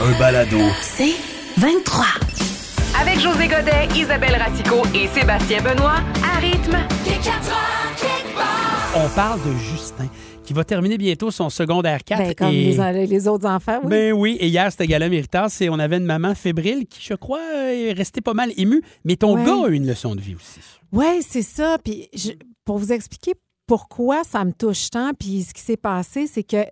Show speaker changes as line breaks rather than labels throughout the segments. Un balado.
C'est 23.
Avec José Godet, Isabelle Ratico et Sébastien Benoît, à rythme.
On parle de Justin, qui va terminer bientôt son secondaire 4.
Ben, comme
et-
les, les autres enfants, oui.
Ben oui, et hier, c'était gala méritant. C'est, on avait une maman fébrile qui, je crois, est restée pas mal émue. Mais ton
Ouais.
gars a eu une leçon de vie aussi.
Oui, c'est ça. Puis je- pour vous expliquer pourquoi ça me touche tant, puis ce qui s'est passé, c'est que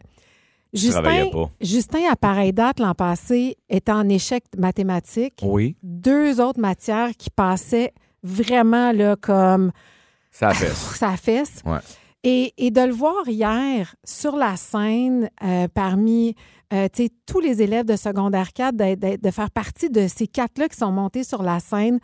Justin,
travaillais pas.
Justin, à pareille date l'an passé, était en échec mathématique.
Oui.
Deux autres matières qui passaient vraiment là, comme
Ça fesse.
sa fesse.
Ouais.
Et, et de le voir hier sur la scène euh, parmi euh, tu sais, tous les élèves de secondaire 4, d'être- d'être- de, faire partie de ces quatre-là qui sont montés sur la scène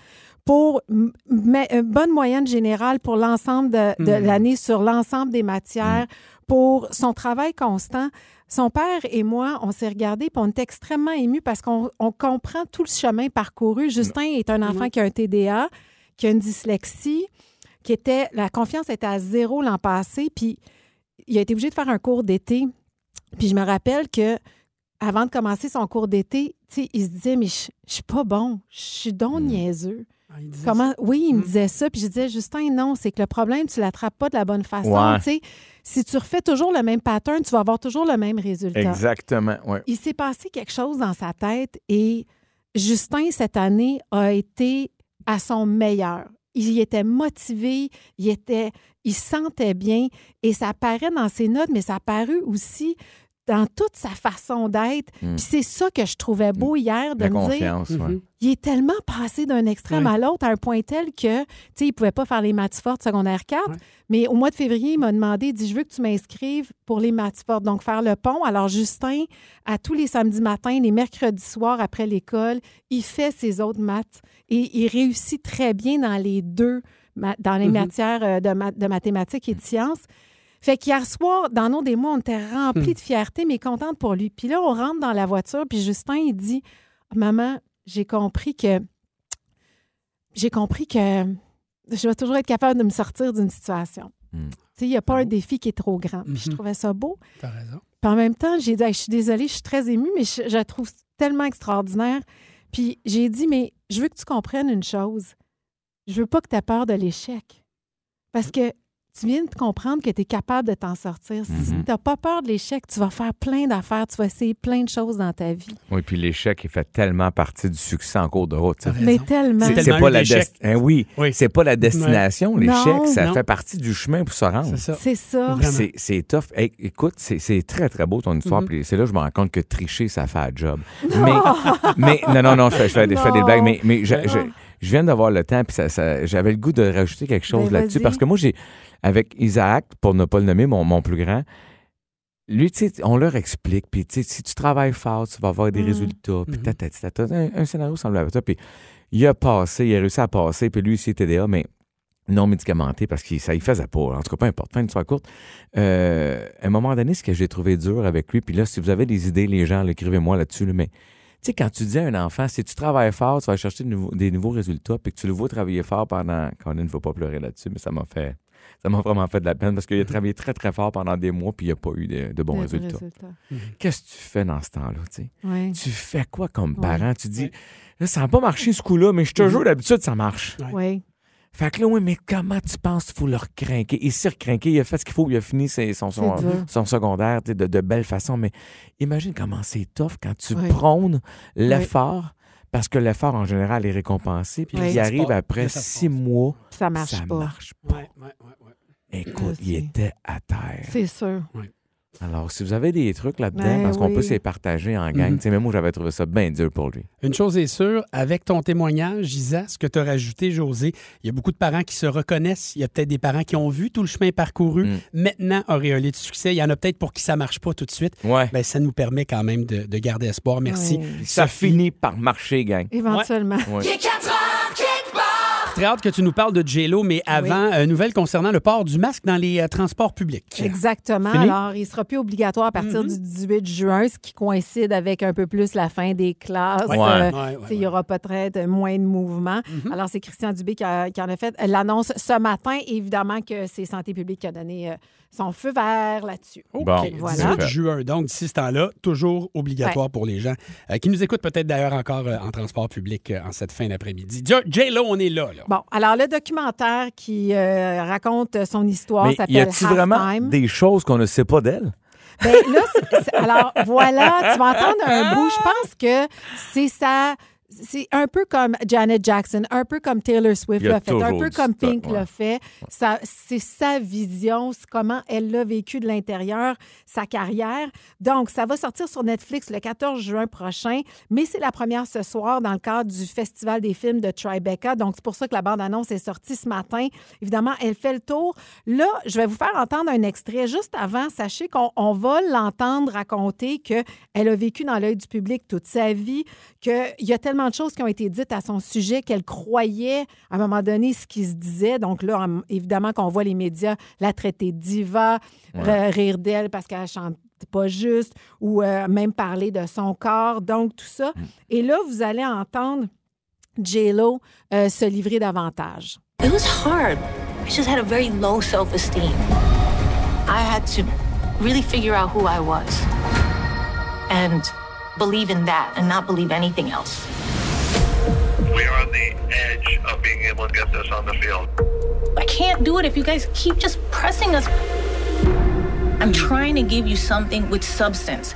pour m- mais une bonne moyenne générale pour l'ensemble de, de
Mm.
l'année sur l'ensemble des matières, pour son travail constant. Son père et moi, on s'est regardés puis on est extrêmement émus parce qu'on on comprend tout le chemin parcouru. Justin est un enfant qui a un TDA, qui a une dyslexie qui était la confiance était à zéro l'an passé, puis il a été obligé de faire un cours d'été. Puis je me rappelle que avant de commencer son cours d'été, tu sais, il se disait mais je je suis pas bon, je suis donc niaiseux.
Ah,
Comment Oui, il me
Mm.
disait ça, puis je disais Justin non, c'est que le problème tu l'attrapes pas de la bonne façon,
Ouais.
tu sais. Si tu refais toujours le même pattern, tu vas avoir toujours le même résultat
Exactement, oui.
il s'est passé quelque chose dans sa tête et Justin, cette année, a été à son meilleur. Il y était motivé, il, était, il se sentait bien et ça paraît dans ses notes, mais ça parut aussi dans toute sa façon d'être.
Mm.
Puis c'est ça que je trouvais beau hier de
La
me dire,
confiance, ouais.
Mhm.
il est tellement passé d'un extrême
Ouais.
à l'autre à un point tel que, tu sais, il pouvait pas faire les maths fortes secondaire 4,
Ouais.
mais au mois de février, il m'a demandé, il dit, je veux que tu m'inscrives pour les maths fortes, donc faire le pont. Alors, Justin, à tous les samedis matins, les mercredis soirs après l'école, il fait ses autres maths et il réussit très bien dans les deux, ma- dans les
Mhm.
matières euh, de, ma- de mathématiques et de sciences. Fait qu'hier soir, dans nos démos, on était remplis de fierté, mais contente pour lui. Puis là, on rentre dans la voiture, puis Justin, il dit Maman, j'ai compris que. J'ai compris que je vais toujours être capable de me sortir d'une situation.
Mm.
Tu sais, Il n'y a pas un défi qui est trop grand. Puis je
Mhm.
trouvais ça beau.
T'as raison.
Puis en même temps, j'ai dit, Hey, je suis désolée, je suis très émue, mais je, je la trouve tellement extraordinaire. Puis j'ai dit, mais je veux que tu comprennes une chose. Je veux pas que tu aies peur de l'échec. Parce que tu viens de comprendre que tu es capable de t'en sortir. Si
Mhm.
tu n'as pas peur de l'échec, tu vas faire plein d'affaires, tu vas essayer plein de choses dans ta vie.
Oui, puis l'échec, il fait tellement partie du succès en cours de route. ça.
T'as raison.
Mais tellement.
C'est
C'est
tellement
pas
eu
la
d'échecs.
dest- hein, oui,
Oui.
c'est pas la destination, l'échec,
Non,
ça
non.
fait partie du chemin pour se rendre.
C'est ça.
C'est ça.
Vraiment.
C'est- C'est tough. Hey, écoute, c'est- c'est très, très beau ton histoire.
Mhm.
puis C'est là que je me rends compte que tricher, ça fait un job.
Oh!
Mais, mais non, non, non, je fais, je fais des- je fais des
Non.
blagues. Mais, mais je, je-
Non.
je viens d'avoir le temps, puis ça, ça- j'avais le goût de rajouter quelque chose
Ben,
là-dessus.
vas-y.
Parce que moi, j'ai, avec Isaac, pour ne pas le nommer, mon, mon plus grand, lui, tu sais, on leur explique, puis tu sais, si tu travailles fort, tu vas avoir des
Mm.
résultats, puis
Mhm.
tata, tata, tata, un, un scénario semblable à ça, puis il a passé, il a réussi à passer, puis lui aussi, TDA, mais non médicamenté, parce que ça y faisait pas, en tout cas, peu importe, fin de soirée courte. Euh, à un moment donné, ce que j'ai trouvé dur avec lui, puis là, si vous avez des idées, les gens, là, écrivez-moi là-dessus, là, mais tu sais, quand tu dis à un enfant, si tu travailles fort, tu vas chercher de nouveaux- des nouveaux résultats, puis que tu le vois travailler fort pendant... Quand il ne faut pas pleurer là-dessus, mais ça m'a fait... Ça m'a vraiment fait de la peine parce qu'il a travaillé très, très fort pendant des mois puis il n'a pas eu de, de bons
Le
résultats.
résultat.
Qu'est-ce que tu fais dans ce temps-là? tu sais?
Ouais.
Tu fais quoi comme
Ouais.
parent? Tu dis, là, ça n'a pas marché ce coup-là, mais je te jure, d'habitude, ça marche.
Ouais.
Fait que là, oui, mais comment tu penses qu'il faut le recrinquer? Il s'est recrinqué, il a fait ce qu'il faut, il a fini ses- son, son,
C'est dur.
son secondaire tu sais, de, de belle façon. Mais imagine comment c'est tough quand tu
Oui.
prônes l'effort, parce que l'effort en général est récompensé, puis
Oui.
il arrive
Ça se
après
passe. Ça se
six
passe.
mois,
Ça marche
ça
pas.
marche pas.
Ouais, ouais, ouais, ouais.
Écoute,
Je
il
sais.
était à terre.
C'est sûr.
Alors, si vous avez des trucs là-dedans,
Ben
parce qu'on
oui.
peut s'y partager en gang.
Mhm.
Tu sais, Même moi, j'avais trouvé ça bien dur pour lui.
Une chose est sûre, avec ton témoignage, Isa, ce que tu as rajouté, José, il y a beaucoup de parents qui se reconnaissent. Il y a peut-être des parents qui ont vu tout le chemin parcouru.
Mm.
Maintenant, auréolé de succès, il y en a peut-être pour qui ça marche pas tout de suite.
Ouais.
Ben, ça nous permet quand même de, de garder espoir. Merci.
Ouais.
ça
Sophie.
finit par marcher, gang.
Éventuellement.
Ouais.
Très hâte que tu nous parles de Jello, mais avant, euh, nouvelle concernant le port du masque dans les euh, transports publics.
Exactement.
Fini?
Alors, il sera plus obligatoire à partir
Mm-hmm.
du 18 juin, ce qui coïncide avec un peu plus la fin des classes.
Ouais. Mm-hmm.
Euh,
Ouais, ouais,
tu sais,
ouais.
Il y aura peut-être moins de mouvement. Alors, c'est Christian Dubé qui, a- qui en a fait l'annonce ce matin. Évidemment que c'est Santé publique qui a donné euh, son feu vert là-dessus.
OK,
Bon,
18
voilà.
juin. Donc, d'ici ce temps-là, toujours obligatoire pour les gens euh, qui nous écoutent peut-être d'ailleurs encore euh, en transport public euh, en cette fin d'après-midi. J- J-Lo, on est là. là.
Bon, alors le documentaire qui euh, raconte son histoire
Mais
s'appelle
y a-t-il vraiment
Halftime.
des choses qu'on ne sait pas d'elle?
Ben, là, c'est- c'est- alors voilà, tu vas entendre un bout. Je pense que c'est ça. C'est un peu comme Janet Jackson, un peu comme Taylor Swift
Il y a
l'a fait, un
toujours
peu
du
comme
stock,
Pink
ouais.
l'a fait. Ça, c'est sa vision, c'est comment elle l'a vécu de l'intérieur, sa carrière. Donc, ça va sortir sur Netflix le 14 juin prochain, mais c'est la première ce soir dans le cadre du Festival des films de Tribeca. Donc, c'est pour ça que la bande-annonce est sortie ce matin. Évidemment, elle fait le tour. Là, je vais vous faire entendre un extrait juste avant. Sachez qu'on on va l'entendre raconter qu'elle a vécu dans l'œil du public toute sa vie, qu'il y a tellement de choses qui ont été dites à son sujet qu'elle croyait à un moment donné ce qui se disait. Donc là, en- évidemment qu'on voit les médias la traiter de diva, r- rire d'elle parce qu'elle chante pas juste, ou euh, même parler de son corps. Donc tout ça.
Mm.
Et là, vous allez entendre J-Lo euh, se livrer davantage.
It was hard. I just had a very low self esteem. I had to really figure out who I was and believe in that and not believe anything else.
We are on the edge of being able to get this on the field.
I can't do it if you guys keep just pressing us. I'm trying to give you something with substance.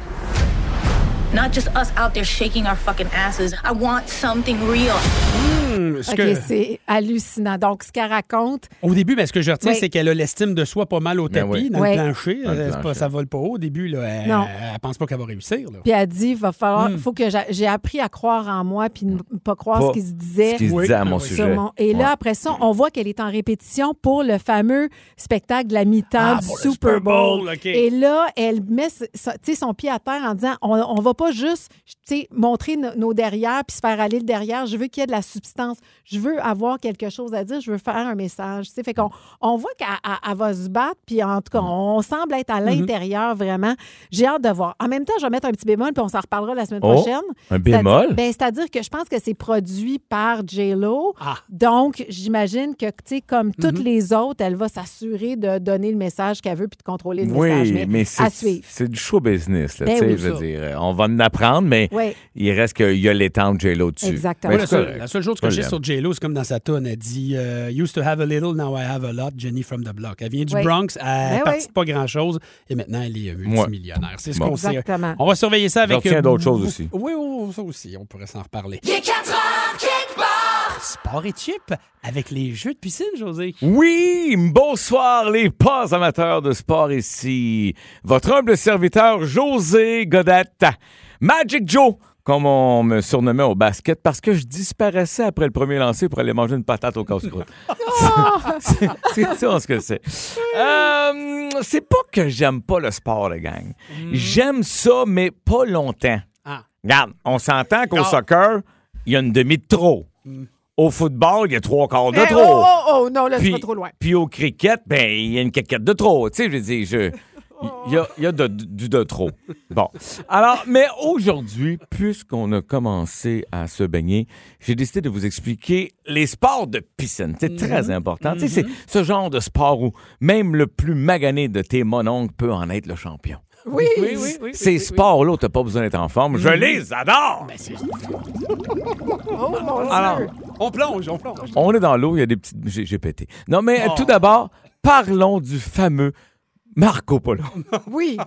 Not just us out there shaking our fucking asses. I want something real.
Hum, ce
OK,
que-
c'est hallucinant. Donc, ce qu'elle raconte,
au début, ben, ce que je retiens,
Oui.
c'est qu'elle a l'estime de soi pas mal au
Ben
tapis,
oui.
dans le
Oui.
plancher.
Dans le
Euh, c'est Pas,
plancher.
ça vole pas haut au début. Là, elle,
Non.
elle pense pas qu'elle va réussir. là.
puis elle dit, va falloir, faut que j'a- j'ai appris à croire en moi, puis ne pas croire
Pas
ce qui se disait.
Ce qui se
Oui.
disait à mon
Oui.
sur
sujet.
mon- Et là,
Ouais.
après ça, on voit qu'elle est en répétition pour le fameux spectacle de la mi-temps
Ah,
du
pour le Super
Super Bowl.
Bowl, OK.
Et là, elle met ce- ce- tu sais, son pied à terre en disant on, on va pas juste tu sais, montrer no- nos derrière puis se faire aller le derrière. Je veux qu'il y ait de la substance. Je veux avoir quelque chose à dire. Je veux faire un message. Tu sais, Fait qu'on on voit qu'elle elle- elle va se battre. Puis en tout cas, on semble être à
Mhm.
l'intérieur vraiment. J'ai hâte de voir. En même temps, je vais mettre un petit bémol puis on s'en reparlera la semaine
Oh,
prochaine.
un
C'est-à-dire-
bémol?
ben, C'est-à-dire que je pense que c'est produit par J-Lo.
Ah.
Donc, j'imagine que, tu sais, comme toutes
Mhm.
les autres, elle va s'assurer de donner le message qu'elle veut puis de contrôler le message.
Oui, mais
à
c'est
suivre.
c'est du show business. Là,
Ben
tu sais,
oui,
je veux
ça.
dire, euh, on va en apprendre, mais
Oui.
il reste qu'il y a l'étang de J-Lo dessus.
Exactement.
Moi,
Ben,
la,
c'est
seule,
correct.
la seule chose que
Je
je sais
l'aime.
sur J-Lo, c'est comme dans sa tune, elle dit euh, Used to have a little, now I have a lot, Jenny from the block. Elle vient du
Oui.
Bronx, elle
Ben
ne
oui.
pas grand-chose, et maintenant elle est euh, multimillionnaire. C'est ce
Bon.
qu'on sait.
Exactement.
On va surveiller ça avec.
retiens
euh,
d'autres choses aussi.
Oui, oui, oui, ça aussi, on pourrait s'en reparler. Sport et chip avec les jeux de piscine, José.
Oui, bonsoir les pas amateurs de sport ici. Votre humble serviteur José Godette. Magic Joe, comme on me surnommait au basket, parce que je disparaissais après le premier lancer pour aller manger une patate au casse-croûte. c'est c'est ça ce que c'est. Euh, c'est pas que j'aime pas le sport, la gang. J'aime ça, mais pas longtemps.
Ah.
Regarde, on s'entend qu'au soccer, il y a une demi de trop. Au football, il y a trois quarts de
oh,
trop
oh, oh, non, là, c'est pas trop loin.
puis au cricket, ben il y a une caquette de trop. Tu sais, je veux dire, je- il y a, il y a de, du de trop. Bon. Alors, mais aujourd'hui, puisqu'on a commencé à se baigner, j'ai décidé de vous expliquer les sports de piscine. C'est très
Mm-hmm.
important. Tu sais, c'est ce genre de sport où même le plus magané de tes mononcles peut en être le champion.
Oui, oui, oui. oui,
Ces sports-là, t'as pas besoin d'être en forme.
Mm-hmm.
Je les adore!
Ben, Oh,
Alors,
On plonge, on plonge.
Oh.
on est dans l'eau, il y a des petites. J'ai j'ai pété. Non, mais euh, tout d'abord, parlons du fameux Marco Polo.
Oui.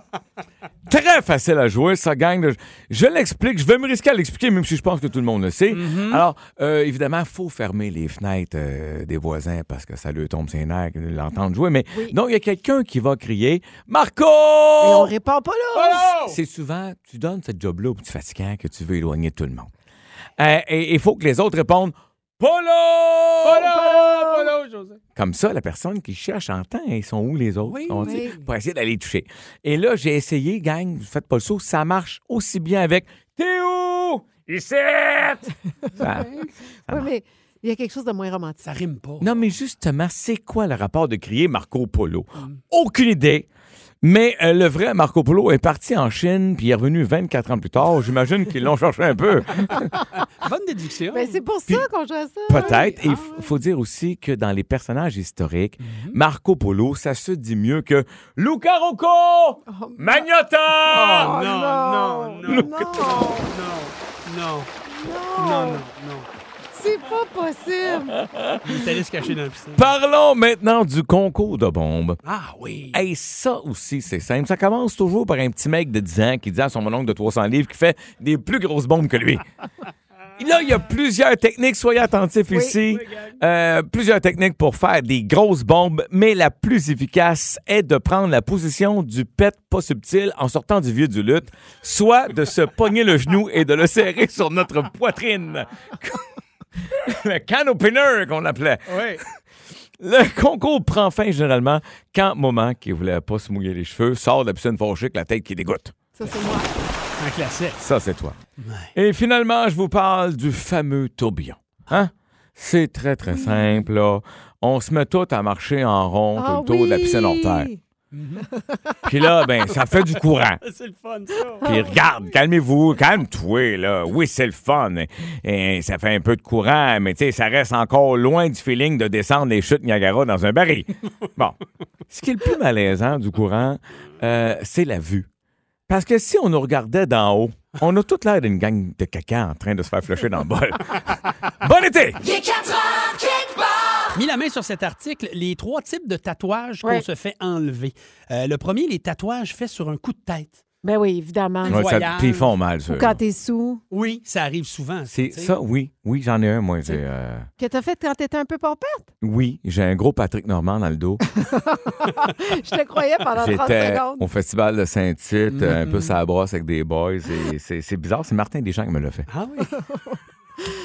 Très facile à jouer, ça gagne. de- Je l'explique, je vais me risquer à l'expliquer, même si je pense que tout le monde le sait.
Mm-hmm.
Alors, euh, évidemment, il faut fermer les fenêtres euh, des voisins parce que ça lui tombe ses nerfs de l'entendre jouer. Mais donc, il y a quelqu'un qui va crier Marco! Oh.
Et on répond pas là.
C'est souvent, tu donnes cette job-là au petit fatigant que tu veux éloigner de tout le monde. Euh, et il faut que les autres répondent Polo! Comme ça, la personne qui cherche entend, ils sont où les autres? on dit, pour essayer d'aller les toucher. Et là, j'ai essayé, gang, vous faites pas le saut, ça marche aussi bien avec Théo! Ici! Ça-
Oui, mais il y a quelque chose de moins romantique.
Ça rime pas.
non, mais justement, c'est quoi le rapport de crier Marco Polo? Aucune idée. Mais euh, le vrai Marco Polo est parti en Chine, puis il est revenu 24 ans plus tard. J'imagine qu'ils l'ont cherché un peu.
Bonne déduction.
Ben, c'est pour ça qu'on joue à ça.
Peut-être. Et il faut dire aussi que dans les personnages historiques, Marco Polo, ça se dit mieux que Luca Rocco!
Oh.
Magnotta!
Ah, non, non, non, non,
Non,
non, non, non,
non,
non.
c'est pas possible.
Il est allé se cacher dans la piscine.
Parlons maintenant du concours de bombes.
Ah oui.
Et ça aussi, c'est simple. Ça commence toujours par un petit mec de 10 ans qui dit à son oncle de 300 livres qui fait des plus grosses bombes que lui. Et Là, il y a plusieurs techniques. Soyez attentifs ici. Euh, plusieurs techniques pour faire des grosses bombes, mais la plus efficace est de prendre la position du pet pas subtil en sortant du vieux du lutte, soit de se pogner le genou et de le serrer sur notre poitrine. le canopineur qu'on appelait.
Oui.
Le concours prend fin généralement quand Moment, qui voulait pas se mouiller les cheveux, sort de la piscine fâchée avec la tête qui dégoûte.
Ça, c'est moi.
Un classique.
Ça, c'est toi. Et finalement, je vous parle du fameux tourbillon. Hein? C'est très,
Mmh.
très simple. là. On se met tous à marcher en rond tout
Ah
le tour de la
oui.
piscine hors terre. Puis là, ben, ça fait du courant.
C'est le fun, ça.
Puis regarde, calmez-vous, calme-toi, là. Oui, c'est le fun. Et ça fait un peu de courant, mais tu sais, ça reste encore loin du feeling de descendre les chutes Niagara dans un baril. Bon. Ce qui est le plus malaisant du courant, euh, c'est la vue. Parce que si on nous regardait d'en haut, on a toute l'air d'une gang de caca en train de se faire flusher dans le bol. bon été!
mis la main sur cet article, les trois types de tatouages qu'on
Ouais.
se fait enlever. Euh, le premier, les tatouages faits sur un coup de tête.
Ben oui, évidemment.
Ouais, ça-
voyage.
puis ils font mal, ça.
Ou quand t'es sous.
Oui, ça arrive souvent.
C'est
tu sais.
ça, oui. Oui, j'en ai un, moi. j'ai, euh,
Que t'as fait quand t'étais un peu pompette?
Oui, j'ai un gros Patrick Normand dans le dos.
Je te croyais
Ah,
pendant 30
J'étais
secondes.
au festival de Saint-Tite, euh, un peu ça brosse avec des boys. et c'est- C'est bizarre, c'est Martin Deschamps qui me l'a fait.
Ah oui.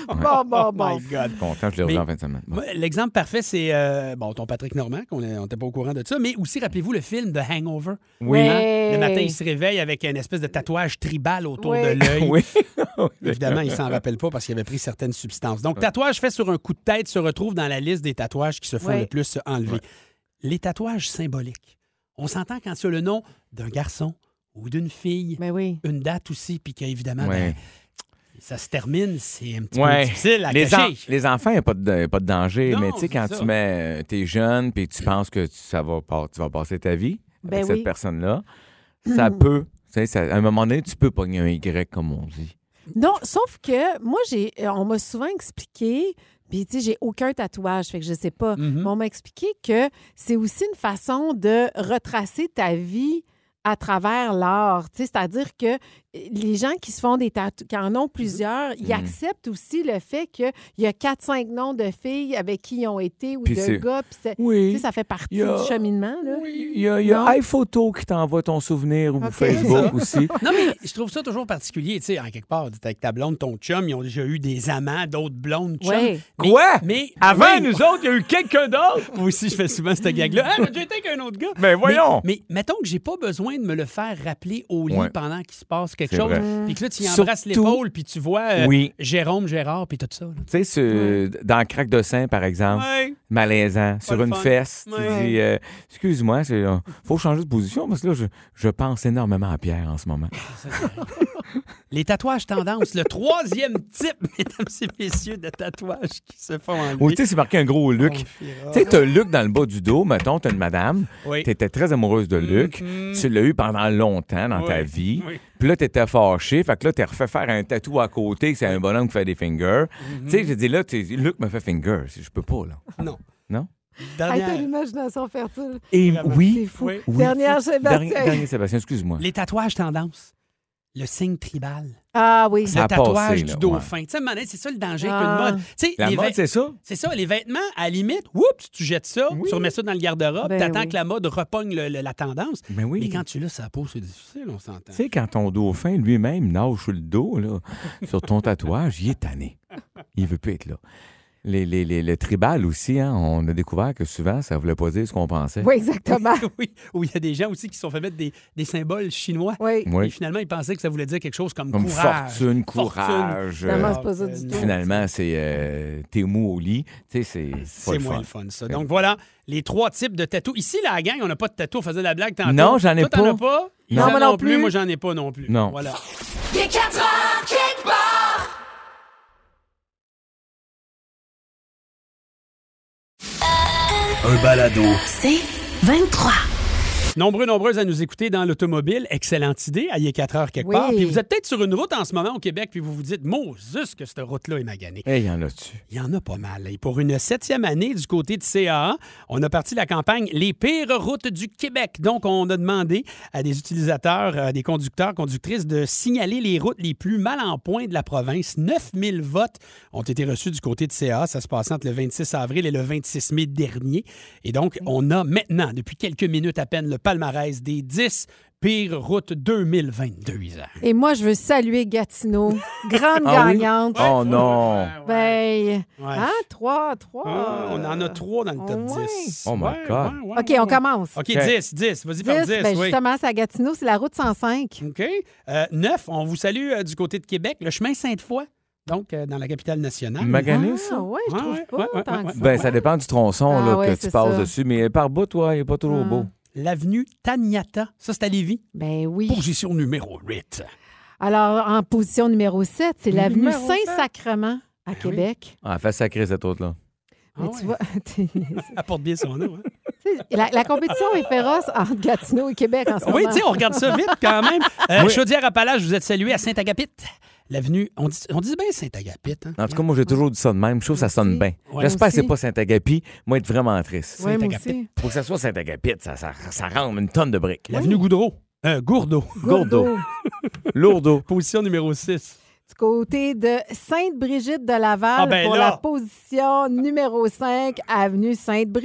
Oh
Bon, bon, bon.
My God.
Content, je l'ai
Mais-
revu en fin de semaine. Bon.
Moi, L'exemple parfait, c'est euh, bon, ton Patrick Normand, qu'on n'était pas au courant de ça, mais aussi, rappelez-vous, le film de Hangover. Hein?
Oui.
Le matin, il se réveille avec une espèce de tatouage tribal autour
Oui.
de l'œil.
Oui.
Évidemment, il s'en rappelle pas parce qu'il avait pris certaines substances. Donc, tatouage fait sur un coup de tête se retrouve dans la liste des tatouages qui se font
Ouais.
le plus enlever. Les tatouages symboliques. On s'entend quand c'est le nom d'un garçon ou d'une fille,
Ben oui.
une date aussi, puis qu'évidemment,
Ouais.
ben, ça se termine, c'est un petit
Ouais.
peu difficile à
les, en-
cacher.
les enfants, il n'y a pas de, y a pas de danger,
Non,
mais tu sais,
c'est
quand
ça.
tu mets, es jeune puis tu penses que tu, ça va, pas- tu vas passer ta vie
Ben
avec
oui.
cette personne-là, ça peut. tu sais, ça- à un moment donné, tu peux pogner un Y, comme on dit.
Non, sauf que moi, j'ai, euh, on m'a souvent expliqué, puis tu sais, j'ai aucun tatouage, fait que je sais pas.
Mhm.
Mais on m'a expliqué que c'est aussi une façon de retracer ta vie à travers l'art. Tu sais, C'est-à-dire que euh, les gens qui se font des tatouages, qui en ont plusieurs, ils
Mhm.
acceptent aussi le fait qu'il y a 4-5 noms de filles avec qui ils ont été ou
Puis
de
c'est-
gars. puis c'est- tu
Oui.
sais, ça fait partie
Il y a-
du cheminement. Là.
Il y a, il y a iPhoto qui t'envoie ton souvenir ou
Ok.
Facebook aussi.
Non, mais je trouve ça toujours particulier. Tu sais, en quelque part, t'es avec ta blonde, ton chum, ils ont déjà eu des amants, d'autres blondes, chums.
Ouais.
Mais-
Quoi?
Mais
Avant
Oui.
nous autres, il y a eu quelqu'un d'autre.
Moi aussi, je fais souvent cette gag-là. Ah, j'ai été avec un autre gars.
Mais voyons.
Mais, mais mettons que j'ai pas besoin de me le faire rappeler au lit
Ouais.
pendant qu'il se passe quelque
C'est
chose.
vrai.
Puis que là, tu y embrasses
Surtout-
l'épaule, puis tu vois euh,
Oui.
Jérôme, Gérard, puis tout ça. là.
Tu sais, sur- dans Crac de Sein, par exemple, malaisant, sur
le
une
fun.
fesse, tu
Ouais.
dis euh, Excuse-moi, il faut changer de position parce que là, je, je pense énormément à Pierre en ce moment.
Les tatouages tendance, le troisième type, mesdames et messieurs, de tatouages qui se font en
Ou tu sais, c'est marqué un gros Luc. Tu sais, t'as Luc dans le bas du dos, mettons, t'as une madame,
Oui. Mhm.
t'étais très amoureuse de Luc, tu l'as eu pendant longtemps dans ta
Oui.
vie,
Oui.
puis là, t'étais fâché, fait que là, t'as refait faire un tatou à côté, que c'est un
Mm-hmm.
bonhomme qui fait des fingers. Tu sais, j'ai dit là, t'es- Luc me fait finger, je peux pas, là.
Non.
Non?
Dernière... Avec l'imagination fertile.
Et oui, fou.
Eh, oui, Dernière, Sébastien.
Dernier, dernier Sébastien, excuse-moi.
Les tatouages tendance. Le signe tribal.
Ah oui.
Le tatouage passé, du là, dauphin. Ouais. Tu sais, c'est ça le danger ah. qu'une mode.
La mode, c'est ça.
C'est ça. Les vêtements, à la limite, oups, tu jettes ça, oui. tu remets ça dans le garde-robe, ben t'attends oui. que la mode repogne le, le, la tendance.
Mais Ben oui.
Mais quand tu l'as sa peau, c'est difficile, on s'entend. Tu
sais, quand ton dauphin lui-même nage sur le dos, là, sur ton tatouage, il est tanné. Il veut plus être là. Les, les, les, le tribal aussi, hein, on a découvert que souvent, ça ne voulait pas dire ce qu'on pensait.
Oui, exactement.
oui, où il y a des gens aussi qui se sont fait mettre des, des symboles chinois.
Oui.
Et finalement, ils pensaient que ça voulait dire quelque chose comme,
comme
courage.
fortune, courage. Fortune.
Euh, c'est pas ça du tout.
Finalement, c'est euh, t'es mou au lit. C'est
C'est moins le fun, ça. Donc voilà, les trois types de tatous. Ici, la gang, on n'a pas de tatou. On faisait la blague tantôt.
Non, j'en ai
Toi,
pas.
As pas. Ils
non, moi
non,
non plus. plus.
Moi, j'en ai pas non plus.
Non.
Voilà.
Les quatre heures, quelque part.
Un balado.
C'est 23.
Nombreux, nombreuses à nous écouter dans l'automobile. Excellente idée. Ah, Ayez 4 heures quelque oui. part. Puis vous êtes peut-être sur une route en ce moment au Québec, puis vous vous dites, Moses, que cette route-là est maganée.
Et Eh, il y en a-tu?
Il y en a pas mal. Et pour une septième année du côté de CAA, on a parti la campagne Les pires routes du Québec. Donc, on a demandé à des utilisateurs, à des conducteurs, conductrices de signaler les routes les plus mal en point de la province. 9000 votes ont été reçus du côté de CAA. Ça se passe entre le 26 avril et le 26 mai dernier. Et donc, on a maintenant, depuis quelques minutes à peine, le palmarès des 10 pires routes 2022, Isaac.
Et moi, je veux saluer Gatineau, grande ah gagnante.
Oui? Oh non!
Ben, ouais. hein, trois, trois.
Ah, on en a trois dans le top
ouais.
10.
Oh my ouais, God!
OK, on commence.
OK, 10, 10. Vas-y, par 10.
Ben,
oui.
Justement, c'est à Gatineau, c'est la route 105.
OK. Euh, 9, on vous salue euh, du côté de Québec, le chemin Sainte-Foy donc euh, dans la capitale nationale.
Magané, ah,
ça? Oui, je trouve ah, pas tant que ça.
Ben, ça dépend du tronçon ah, là, que tu passes ça. dessus, mais par bout, toi, il n'est pas
Ah.
toujours beau.
L'avenue Taniata, ça, c'est à Lévis.
Ben oui.
Position numéro 8.
Alors, en position numéro 7, c'est l'avenue Saint-Sacrement à ben Québec.
Oui. Ah, fait sacrée, cette autre-là.
Ah
Mais tu ouais. vois,
Elle porte bien son nom. Hein?
La, la, compétition est féroce entre Gatineau et Québec en ce
oui,
moment.
Oui, on regarde ça vite quand même. Euh, oui. Chaudière-Appalaches, vous êtes salué à Saint-Agapite. L'avenue, on dit, on dit bien Saint-Agapite. Hein?
En tout cas, moi, j'ai toujours dit ça de même. Je trouve que ça sonne bien. Ouais, J'espère que c'est pas Saint-Agapit. Moi, être vraiment triste.
Ouais, Saint-Agapite.
Pour que ça soit Saint-Agapite, ça, ça, ça rentre une tonne de briques.
L'avenue Goudreau. Euh, Gourdeau.
Gourdeau. Lourdeau.
Position numéro 6
du côté de Sainte-Brigitte de Laval ah ben pour la position numéro 5, avenue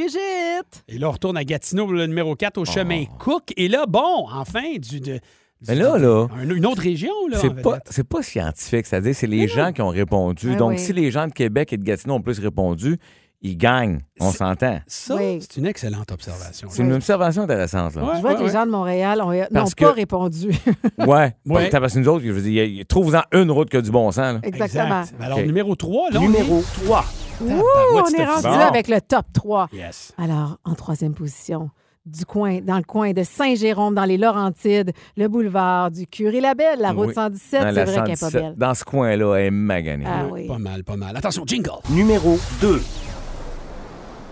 Sainte-Brigitte.
Et là, on retourne à Gatineau, le numéro 4 au oh.
Ah.
chemin Cook. Et là, bon, enfin, du... De,
mais Ben là, là.
Une autre région, là.
C'est pas, pas scientifique. C'est-à-dire, c'est les mais gens non. qui ont répondu. Ah, Donc, oui. si les gens de Québec et de Gatineau ont plus répondu, ils gagnent. On s'entend.
Ça, oui. c'est une excellente observation.
C'est une observation intéressante. Là.
Ouais, je vois Ah ouais, que les gens de Montréal n'ont que... pas répondu.
ouais. ouais. Parce que nous autres, je veux dire, trouvez-en une route qui a du bon sens. Là.
Exactement. Exact.
Alors, okay. numéro 3, là.
Numéro 3.
Ouh, on est rendu là avec le top 3.
Yes.
Alors, en troisième position, du coin, dans le coin de Saint-Jérôme, dans les Laurentides, le boulevard du Curé-Labelle, la route oui. 117, c'est vrai qu'elle n'est pas belle.
Dans ce coin-là, elle est maganée.
Ah, oui.
Pas mal, pas mal. Attention, jingle.
Numéro 2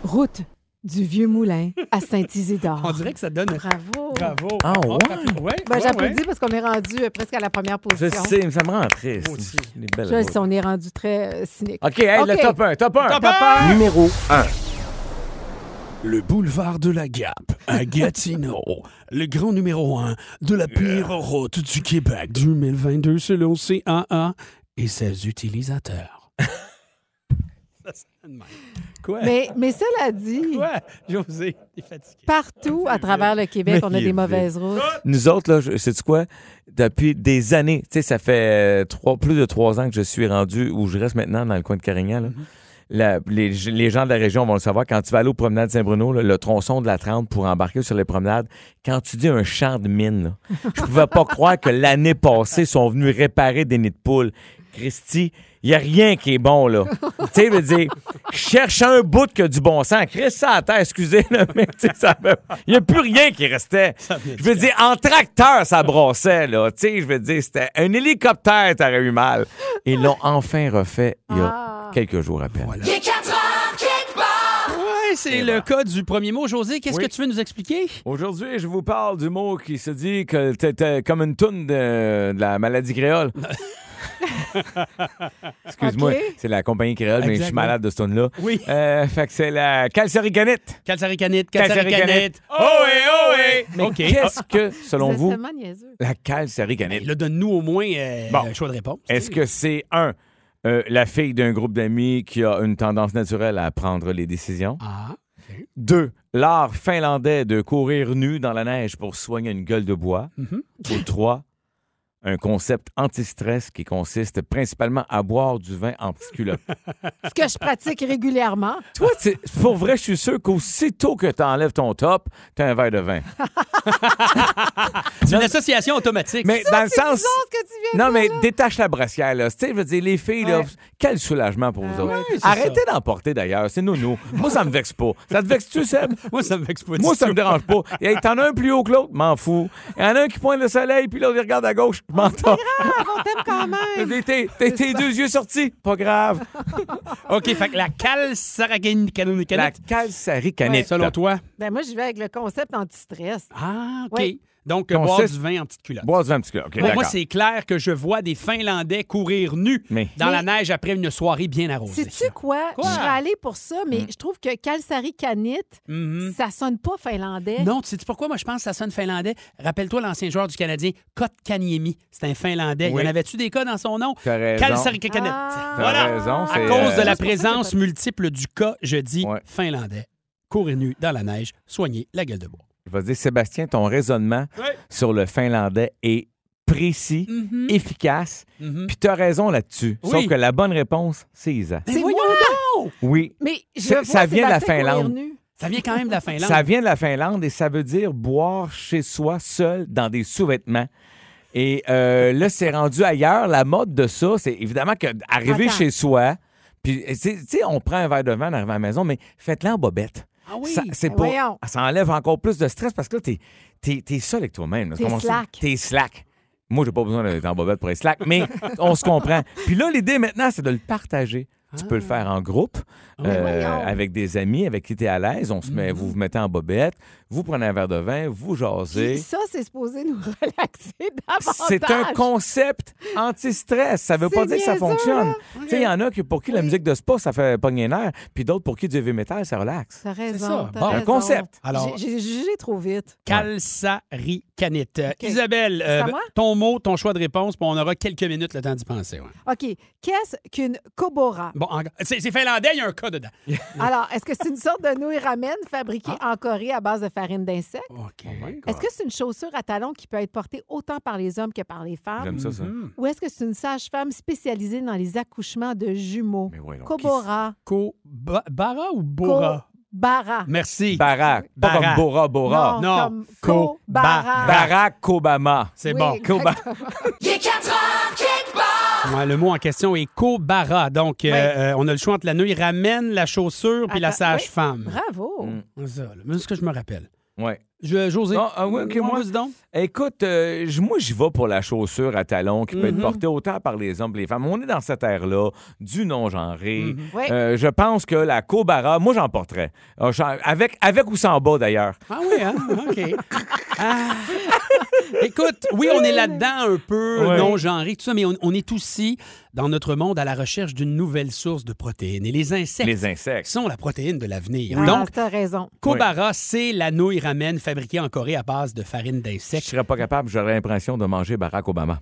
route du Vieux Moulin à Saint-Isidore.
On dirait que ça donne.
Bravo.
Bravo.
Ah ouais.
Oh, ouais,
ben,
ouais
J'applaudis ouais. parce qu'on est rendu presque à la première position.
Je sais, mais ça me rend triste. Aussi.
Je routes. sais, on est rendu très euh, cynique.
OK, hey, okay. le top 1, top 1.
Top, top 1.
1. Numéro 1.
Le boulevard de la Gap à Gatineau, le grand numéro 1 de la pire route du Québec 2022 selon CAA et ses utilisateurs.
Quoi?
Mais, mais cela dit,
Quoi? José, il est fatigué.
partout à travers le Québec, mais on a des mauvaises routes.
Nous autres, là, sais-tu quoi? Depuis des années, tu sais, ça fait euh, trois, plus de trois ans que je suis rendu où je reste maintenant dans le coin de Carignan. Là. Mm -hmm. La, les, les, gens de la région vont le savoir, quand tu vas aller aux promenades Saint-Bruno, le tronçon de la 30 pour embarquer sur les promenades, quand tu dis un champ de mine, là, je pouvais pas croire que l'année passée, ils sont venus réparer des nids de poules. Christy, il n'y a rien qui est bon, là. tu sais, veut dire, cherche un bout que du bon sens. Chris, ça à terre, excusez, là, mais il n'y a plus rien qui restait. Je veux dire, en tracteur, ça brossait, là. Tu sais, je veux dire, c'était un hélicoptère, t'aurais eu mal. Ils l'ont enfin refait il y a ah. quelques jours à peine. Voilà.
Ouais, c'est
Eh ben.
le cas du premier mot. José, qu'est-ce oui. que tu veux nous expliquer?
Aujourd'hui, je vous parle du mot qui se dit que t'étais comme une toune de, de la maladie créole. Excuse-moi,
Ok.
c'est la compagnie créole, mais je suis
Exactement.
malade de ce tune-là.
Oui.
Euh, fait que c'est la Calcericanite.
Calcericanite,
Calcericanite.
calcericanite.
Oh!
oh
Ohé, ohé!
Mais
Mais qu'est-ce que, selon
C'est
vous,
tellement niaiseux.
la Calcericanite?
Là, donne-nous au moins euh,
Bon.
le choix de réponse.
Est-ce que c'est, un, euh, la fille d'un groupe d'amis qui a une tendance naturelle à prendre les décisions?
Ah,
Deux, l'art finlandais de courir nu dans la neige pour soigner une gueule de bois.
Mhm.
Ou trois, un concept anti-stress qui consiste principalement à boire du vin en petites culottes.
Ce que je pratique régulièrement.
Toi, t'sais, pour vrai, je suis sûr qu'aussitôt que t'enlèves ton top, t'as un verre de vin.
c'est une association automatique.
Mais dans le sens.
bizarre ce que tu viens
non,
de
mais détache la brassière, là. Tu sais, je veux dire, les filles, là,
Ouais. Ah
quel soulagement pour vous autres.
ouais, c'est
Arrêtez d'emporter, d'ailleurs. C'est nounou. Moi, ça me vexe pas. Ça te vexe-tu, Seb?
Moi, ça me vexe pas du
Moi, ça me
tout.
dérange pas. Et t'en as un plus haut que l'autre, m'en fous. Il y en a un qui pointe le soleil, puis l'autre, il regarde à gauche. Je
Oh,
m'en tape.
Ah, on t'aime quand
T'es-
même.
T'es t'es- tes deux yeux sortis. Pas grave.
OK, fait que la calcericanite,
La calcaricanette.
selon toi.
Ben, moi, je vais avec le concept anti-stress.
Ah, OK.
Oui.
Donc,
Consiste-
boire du vin en petite culotte.
Bois du vin un petit peu. OK,
Pour moi,
d'accord.
c'est clair que je vois des Finlandais courir nus
Mais-
dans la
Mais-
neige après une soirée bien arrosée.
Sais-tu quoi? Hmm.
Quoi?
Je serais allée pour ça, mais je trouve que Kalsari Canite,
Mhm.
ça sonne pas finlandais.
Non, tu sais pourquoi moi je pense que ça sonne finlandais? Rappelle-toi l'ancien joueur du Canadien, Kotkaniemi. C'est un Finlandais.
Oui.
Il y en avait-tu des cas dans son nom?
T'as raison.
Kalsarikakanet.
Ah.
Voilà.
T'as raison,
à
c'est,
cause de
euh,
la
C'est pour ça que
présence
j'ai pas-
multiple du cas, je dis
Ouais.
finlandais. Courir nu dans la neige, soigner la gueule de bois.
Je vais te dire, Sébastien, ton raisonnement sur le finlandais est précis, efficace,
Mhm.
puis tu as raison là-dessus.
Oui.
Sauf que la bonne réponse, c'est Isa.
C'est moi!
Oui.
Mais je
Ça-
vois
ça vient de la
Sébastien courir
Finlande.
nu.
Ça vient quand même de la Finlande.
Ça vient de la Finlande et ça veut dire boire chez soi seul dans des sous-vêtements. Et euh, là, c'est rendu ailleurs. La mode de ça, c'est évidemment que arriver
Attends.
chez soi, puis tu sais- tu sais, on prend un verre de vin en arrivant à la maison, mais faites-le en bobette.
Ah oui.
Ça, c'est
Ben
pas-
voyons.
ça enlève encore plus de stress parce que là, t'es, t'es, t'es seul avec toi-même. là.
T'es
Comment ça?
slack.
T'es slack. Moi, j'ai pas besoin d'être en bobette pour être slack, mais on se comprend. Puis là, l'idée maintenant, c'est de le partager. Tu peux le faire en groupe, euh,
Ah. voyons. Mm-hmm.
avec des amis, avec qui tu es à l'aise. On se met, Vous vous mettez en bobette, vous prenez un verre de vin, vous jasez.
Puis Ça, c'est supposé nous relaxer davantage.
C'est un concept anti-stress. Ça veut pas
C'est
dire que ça
niaiseux,
fonctionne.
là.
Tu sais, Il y en a qui- pour qui la musique de spa, ça fait pogner nerf, puis d'autres pour qui du heavy metal, ça relaxe.
T'as raison.
ça.
t'as
Bon. Un
raison.
concept.
Alors-
J'ai j'ai jugé trop vite.
Calsaricanite. Euh,
OK.
Isabelle,
C'est à
euh,
moi?
ton mot, ton choix de réponse, puis on aura quelques minutes le temps d'y penser. ouais.
OK. Qu'est-ce qu'une kobora?
Bon, en- c'est c'est finlandais, il y a un cas dedans.
Alors, est-ce que c'est une sorte de nouilles ramen fabriquée
Ah.
en Corée à base de farine d'insectes?
OK.
Est-ce que c'est une chaussure à talons qui peut être portée autant par les hommes que par les femmes?
J'aime ça, ça.
Ou est-ce que c'est une sage-femme spécialisée dans les accouchements de jumeaux?
Mais voyons,
Kobora.
Co- ba- Bara ou Bora?
Kobara.
Merci.
Barak, pas
Barack.
comme Bora Bora.
Non.
comme
Ko-
Kobara.
Barack Obama.
C'est
Oui,
bon.
exactement.
Il est 4 heures, kickbox!
Ouais, le mot en question est Kobara. Donc, euh,
Oui.
euh, on a le choix entre la nouille ramène, la chaussure puis la
Attends, oui.
sage-femme.
Bravo.
Mm.
Ça, là. Mais C'est ce que je me rappelle.
Ouais.
Je, José.
Non, ah oui, ok,
Ouais,
moi-
vas-y donc.
Écoute, euh, j- moi, j'y vais pour la chaussure à talons qui peut
Mm-hmm.
être portée autant par les hommes que les femmes. On est dans cette ère-là du non-genré.
Oui.
Euh, je pense que la Cobara, moi, j'en porterais. Euh, j'en- avec, avec ou sans bas, d'ailleurs.
Ah oui, hein? OK. Ah. Écoute, oui, on est là-dedans un peu
Ouais.
non-genré, tout ça, mais on, on est aussi dans notre monde à la recherche d'une nouvelle source de protéines. Et les insectes
Les insectes.
sont la protéine de l'avenir.
Ah,
Donc,
t'as raison.
Kobara, c'est la nouille ramen fabriquée en Corée à base de farine
Je
d'insectes.
serais pas capable, j'aurais l'impression de manger Barack Obama.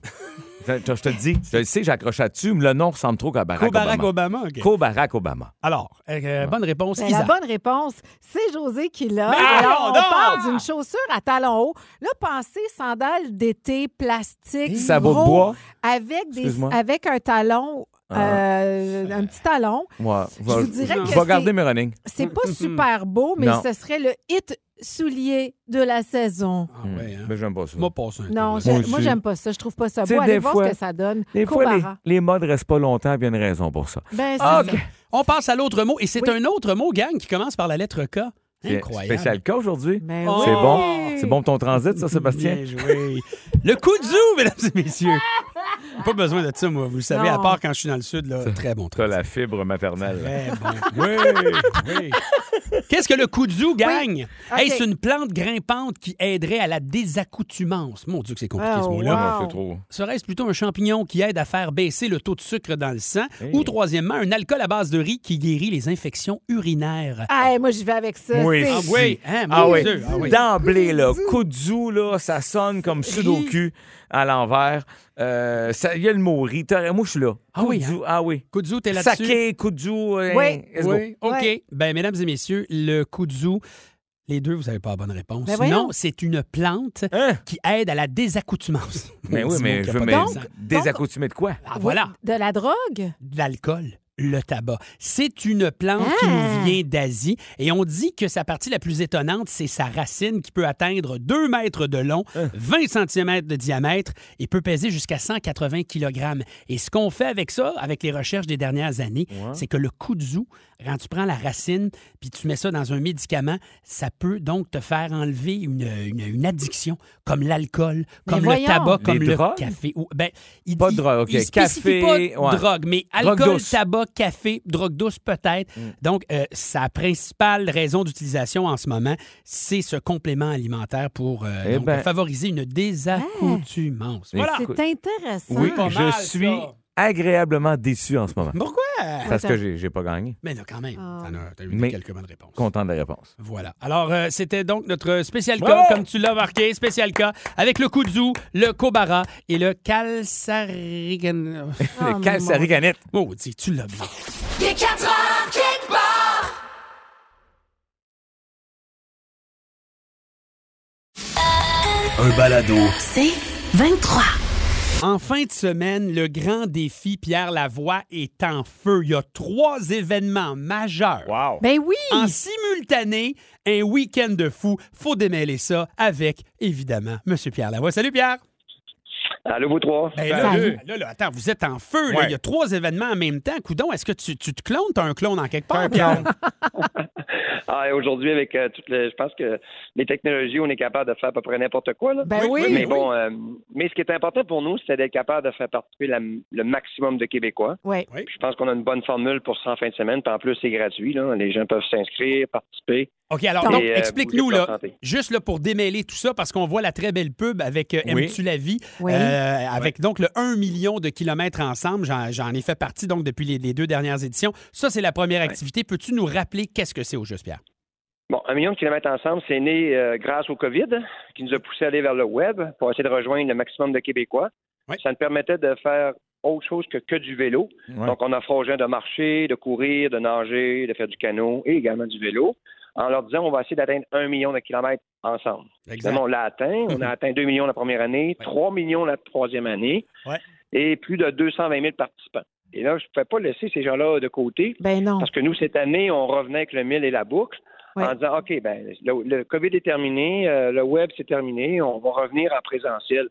je, je- je te le dis, je le sais, j'accroche là-dessus, mais le nom ressemble trop à Barack
Kobara
Obama. Ah.
Obama, OK.
Cobarack Obama.
Alors, euh, bonne réponse,
Ben,
Isa.
la bonne réponse, c'est José qui l'a.
Mais
Alors, on
voyons donc!
parle d'une chaussure à talons hauts. Là, pensez sandales d'été, plastique,
Sabot de
gros,
bois.
avec, des,
Excuse-moi. Ah.
avec un talon, euh, un petit talon.
Ouais, va-
vous dirais que
je vais garder
c'est-
mes running.
C'est pas super beau, mais
Non.
ce serait le hit soulier de la saison.
Ah ouais, hein?
Mais j'aime pas ça.
M'a passé un
Non,
tour.
j'ai-
Ben, aussi.
moi, j'aime pas ça. Je trouve pas ça
Tu sais,
beau. Allez
des
voir
fois-
ce que ça donne.
Des fois, les,
Kobara.
les modes restent pas longtemps, puis il y a une raison pour ça.
Ben, c'est
Ah,
ça.
OK.
On passe à l'autre mot, et c'est
Oui.
un autre mot, gang, qui commence par la lettre K.
C'est
Incroyable.
Spécial cas aujourd'hui.
Ben
Oh!
oui.
C'est bon. C'est bon pour ton transit, ça, Sébastien?
Bien joué. Le coup de zoom, mesdames et messieurs. Pas besoin de ça, moi. Vous le savez,
Non.
à part quand je suis dans le sud, là, très bon.
T'as la fibre maternelle.
Très bon. Oui, oui. Qu'est-ce que le koudzou gagne?
OK.
Hey, c'est une plante grimpante qui aiderait à la désaccoutumance. Mon Dieu, que c'est compliqué
Ah,
ce mot-là.
wow. Non, c'est trop.
Serait-ce plutôt un champignon qui aide à faire baisser le taux de sucre dans le sang? Ou troisièmement, un alcool à base de riz qui guérit les infections urinaires.
Ah, moi, j'y vais avec ça.
Oui,
C'est-
Ah oui, hein,
Ah
mon
oui.
Dieu, ah oui.
D'emblée, là, kudzu, là, ça sonne comme sudoku à l'envers. Euh, ça- Il y a le mot riz. T'aurais- Moi, je suis là.
Ah oui,
Kudzu, ah oui.
Kudzu, t'es là-dessus?
Saké, kudzu. euh,
Oui.
let's go.
Oui. OK. Ben, mesdames et messieurs, le kudzu, les deux, vous n'avez pas la bonne réponse.
Ben voyons.
non, c'est une plante qui aide à la désaccoutumance.
Hein? Mais oui,
Dis-moi
mais
qu'il y
je
a
veux
pas de
me
bon sens.
désaccoutumer de quoi?
Ah, voilà.
De la drogue?
De l'alcool. Le tabac. C'est une plante qui
Ah!
nous vient d'Asie et on dit que sa partie la plus étonnante, c'est sa racine qui peut atteindre 2 mètres de long,
Hein.
20 cm de diamètre et peut peser jusqu'à 180 kg. Et ce qu'on fait avec ça, avec les recherches des dernières années, c'est que le kudzu, quand tu prends la racine puis tu mets ça dans un médicament, ça peut donc te faire enlever une, une- une addiction, comme l'alcool,
Mais
comme le
voyons.
tabac, comme
Les
le
drogues?
café. Ou- ben, il-
Pas de
il-
drogue, OK.
il spécifie
Café,
pas
ouais.
de drogue, mais
Drogue
alcool,
douce. Mm.
tabac, café, drogue douce peut-être. Donc, euh, sa principale raison d'utilisation en ce moment, c'est ce complément alimentaire pour, euh,
Eh
donc,
ben.
pour favoriser une désaccoutumance. Voilà.
C'est intéressant.
Ah, Oui,
Pas
je
mal,
suis
ça.
agréablement déçu en ce moment.
Pourquoi?
Parce que j'ai j'ai pas gagné.
Mais là, quand même, t'en as- t'as eu
Mais
quelques bonnes réponses.
content des réponses.
Voilà. Alors, euh, c'était donc notre spécial cas,
Bravo!
comme tu l'as marqué, spécial cas, avec le kudzu, le kobara et le calsarigan...
Le calsariganite.
Oh, dis, tu l'as bien.
Il est 4 heures, kick barre.
Un balado.
C'est 23.
En fin de semaine, le grand défi Pierre Lavoie est en feu. Il y a trois événements majeurs. Wow.
Ben oui.
En simultané, un week-end de fou. Faut démêler ça avec, évidemment, Monsieur Pierre Lavoie. Salut Pierre.
Allô, vous trois.
Ben là, là, là, attends, vous êtes en feu. là.
Ouais.
Il y a trois événements en même temps. Coudon, est-ce que tu, tu te clones? T'as un clone en quelque part, Pierre?
Ah, et aujourd'hui, avec euh, toutes les, je pense que les technologies, on est capable de faire à peu près n'importe quoi. Là.
Ben oui,
Mais
oui.
bon, euh, mais ce qui est important pour nous, c'est d'être capable de faire participer la- le maximum de Québécois.
Ouais.
Oui.
Je pense qu'on a une bonne formule pour ça en fin de semaine. Puis en plus, c'est gratuit. Là. Les gens peuvent s'inscrire, participer.
OK, alors,
Et,
donc,
euh,
explique-nous,
bouger
là,
pour la santé.
juste là, pour démêler tout ça, parce qu'on voit la très belle pub avec euh,
Oui.
Aimes-tu la vie?
Oui.
euh, avec donc le 1 million de kilomètres ensemble. J'en, j'en ai fait partie donc depuis les, les deux dernières éditions. Ça, c'est la première activité. Peux-tu nous rappeler qu'est-ce que c'est au juste, Pierre?
Bon, un million de kilomètres ensemble, c'est né euh, grâce au COVID, qui nous a poussé à aller vers le web pour essayer de rejoindre le maximum de Québécois. Ça nous permettait de faire autre chose que, que du vélo.
Ouais.
Donc, on offre aux gens de marcher, de courir, de nager, de faire du canot et également du vélo, en leur disant on va essayer d'atteindre un million de kilomètres ensemble.
Exact.
Finalement, on l'a atteint. On a atteint 2 millions la première année, 3 millions la troisième année
Ouais.
et plus de 220 000 participants. Et là, je ne pouvais pas laisser ces gens-là de côté.
Ben non.
Parce que nous, cette année, on revenait avec le mille et la boucle en disant OK, ben, le, le COVID est terminé, euh, le web c'est terminé, on va revenir en présentiel.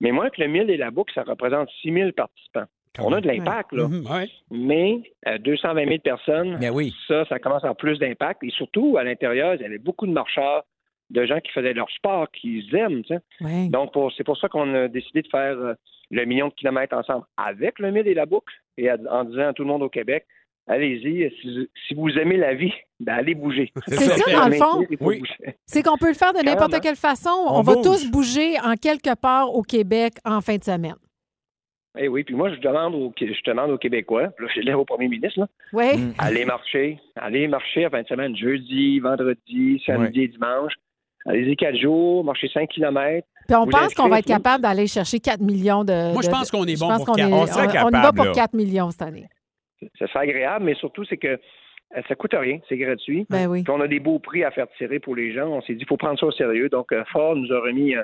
Mais moi, avec le mille et la boucle, ça représente 6 000 participants. on a de l'impact,
Mm-hmm.
là.
Mhm,
Mais euh, 220 000 personnes, ça, ça commence à avoir plus d'impact. Et surtout, à l'intérieur, il y avait beaucoup de marcheurs, de gens qui faisaient leur sport, qu'ils aiment. tu sais. Donc, pour- c'est pour ça qu'on a décidé de faire euh, le million de kilomètres ensemble avec le mille et la boucle et à- en disant à tout le monde au Québec, allez-y, si, si vous aimez la vie, ben, allez bouger.
C'est ça, dans le fond.
Il faut bouger.
C'est qu'on peut le faire de n'importe
Carrément.
quelle façon. On,
On
va
bouge.
tous bouger en quelque part au Québec en fin de semaine.
Eh oui, puis moi, je demande aux, je demande aux Québécois, puis là, je lève au premier ministre, là,
Oui.
Mm.
allez marcher, allez marcher à fin de semaine, jeudi, vendredi, samedi et dimanche. Allez-y quatre jours, marchez 5 km.
Puis on pense qu'on va être capable d'aller chercher 4 millions de.
Moi, je
Ben, de-
pense qu'on est
je
bon
pense
pour
qu'on
quatre.
est-
On serait
on- on y va
capable,
pour
là.
4 millions cette année.
Ça serait agréable, mais surtout, c'est que euh, ça coûte rien, c'est gratuit.
Ben oui.
Puis on a des beaux prix à faire tirer pour les gens. On s'est dit, il faut prendre ça au sérieux. Donc, euh, Ford nous a remis, euh,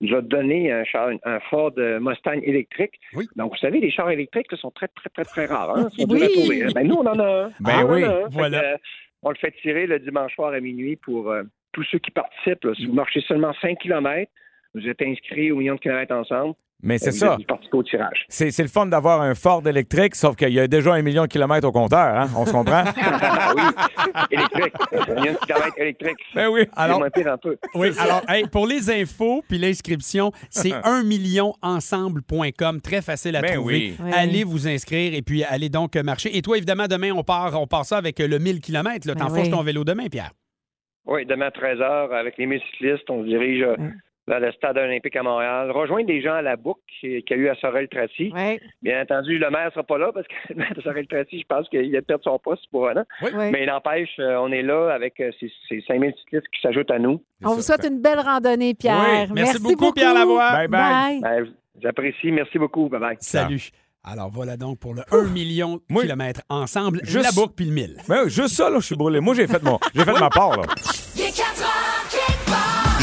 nous a donné un, char, un Ford euh, Mustang électrique. Donc, vous savez, les chars électriques là, sont très, très, très, très rares. Hein? Ils sont durs à
Oui.
trouver, hein? Ben, nous, on en a un.
Ben
On en
oui,
a un. Fait que,
voilà.
euh, on le fait tirer le dimanche soir à minuit pour euh, tous ceux qui participent. là. Si vous marchez seulement 5 km, Vous êtes inscrits au Union de Canada ensemble.
Mais
Euh,
c'est
vous
ça.
êtes du Parti au tirage.
C'est c'est le fun d'avoir un Ford électrique, sauf qu'il y a déjà un million de kilomètres au compteur, hein? On se comprend?
Électrique. Union de kilomètres électrique.
Ben oui.
alors-
Alors. un peu.
Oui, alors, hey, pour les infos puis l'inscription, c'est 1 ensemble.com. Très facile à
Ben
trouver.
oui. Oui.
Allez vous inscrire et puis allez donc marcher. Et toi, évidemment, demain, on part, on part ça avec euh, le 1000 km.
Ben
T'enfonces
oui.
ton vélo demain, Pierre.
Oui, demain à 13h, avec les mille cyclistes, on se dirige euh, vers le stade olympique à Montréal. Rejoindre des gens à la boucle qui qui a eu à Sorel-Tracy. Bien entendu, le maire sera pas là parce que le maire de Sorel-Tracy, je pense qu'il a perdu son poste pour un an. Mais il n'empêche, euh, on est là avec euh, ces, ces 5000 cyclistes qui s'ajoutent à nous.
On vous souhaite une belle randonnée, Pierre.
Oui, merci beaucoup, Pierre Lavoie.
Bye bye.
Ben, J'apprécie. Merci beaucoup. Bye-bye.
Salut. Alors voilà donc pour le 1 million de kilomètres ensemble,
Juste-
la boucle puis le 1000.
Ben oui, juste ça, là, je suis brûlé. Moi, j'ai fait, mon... j'ai fait ma part, là.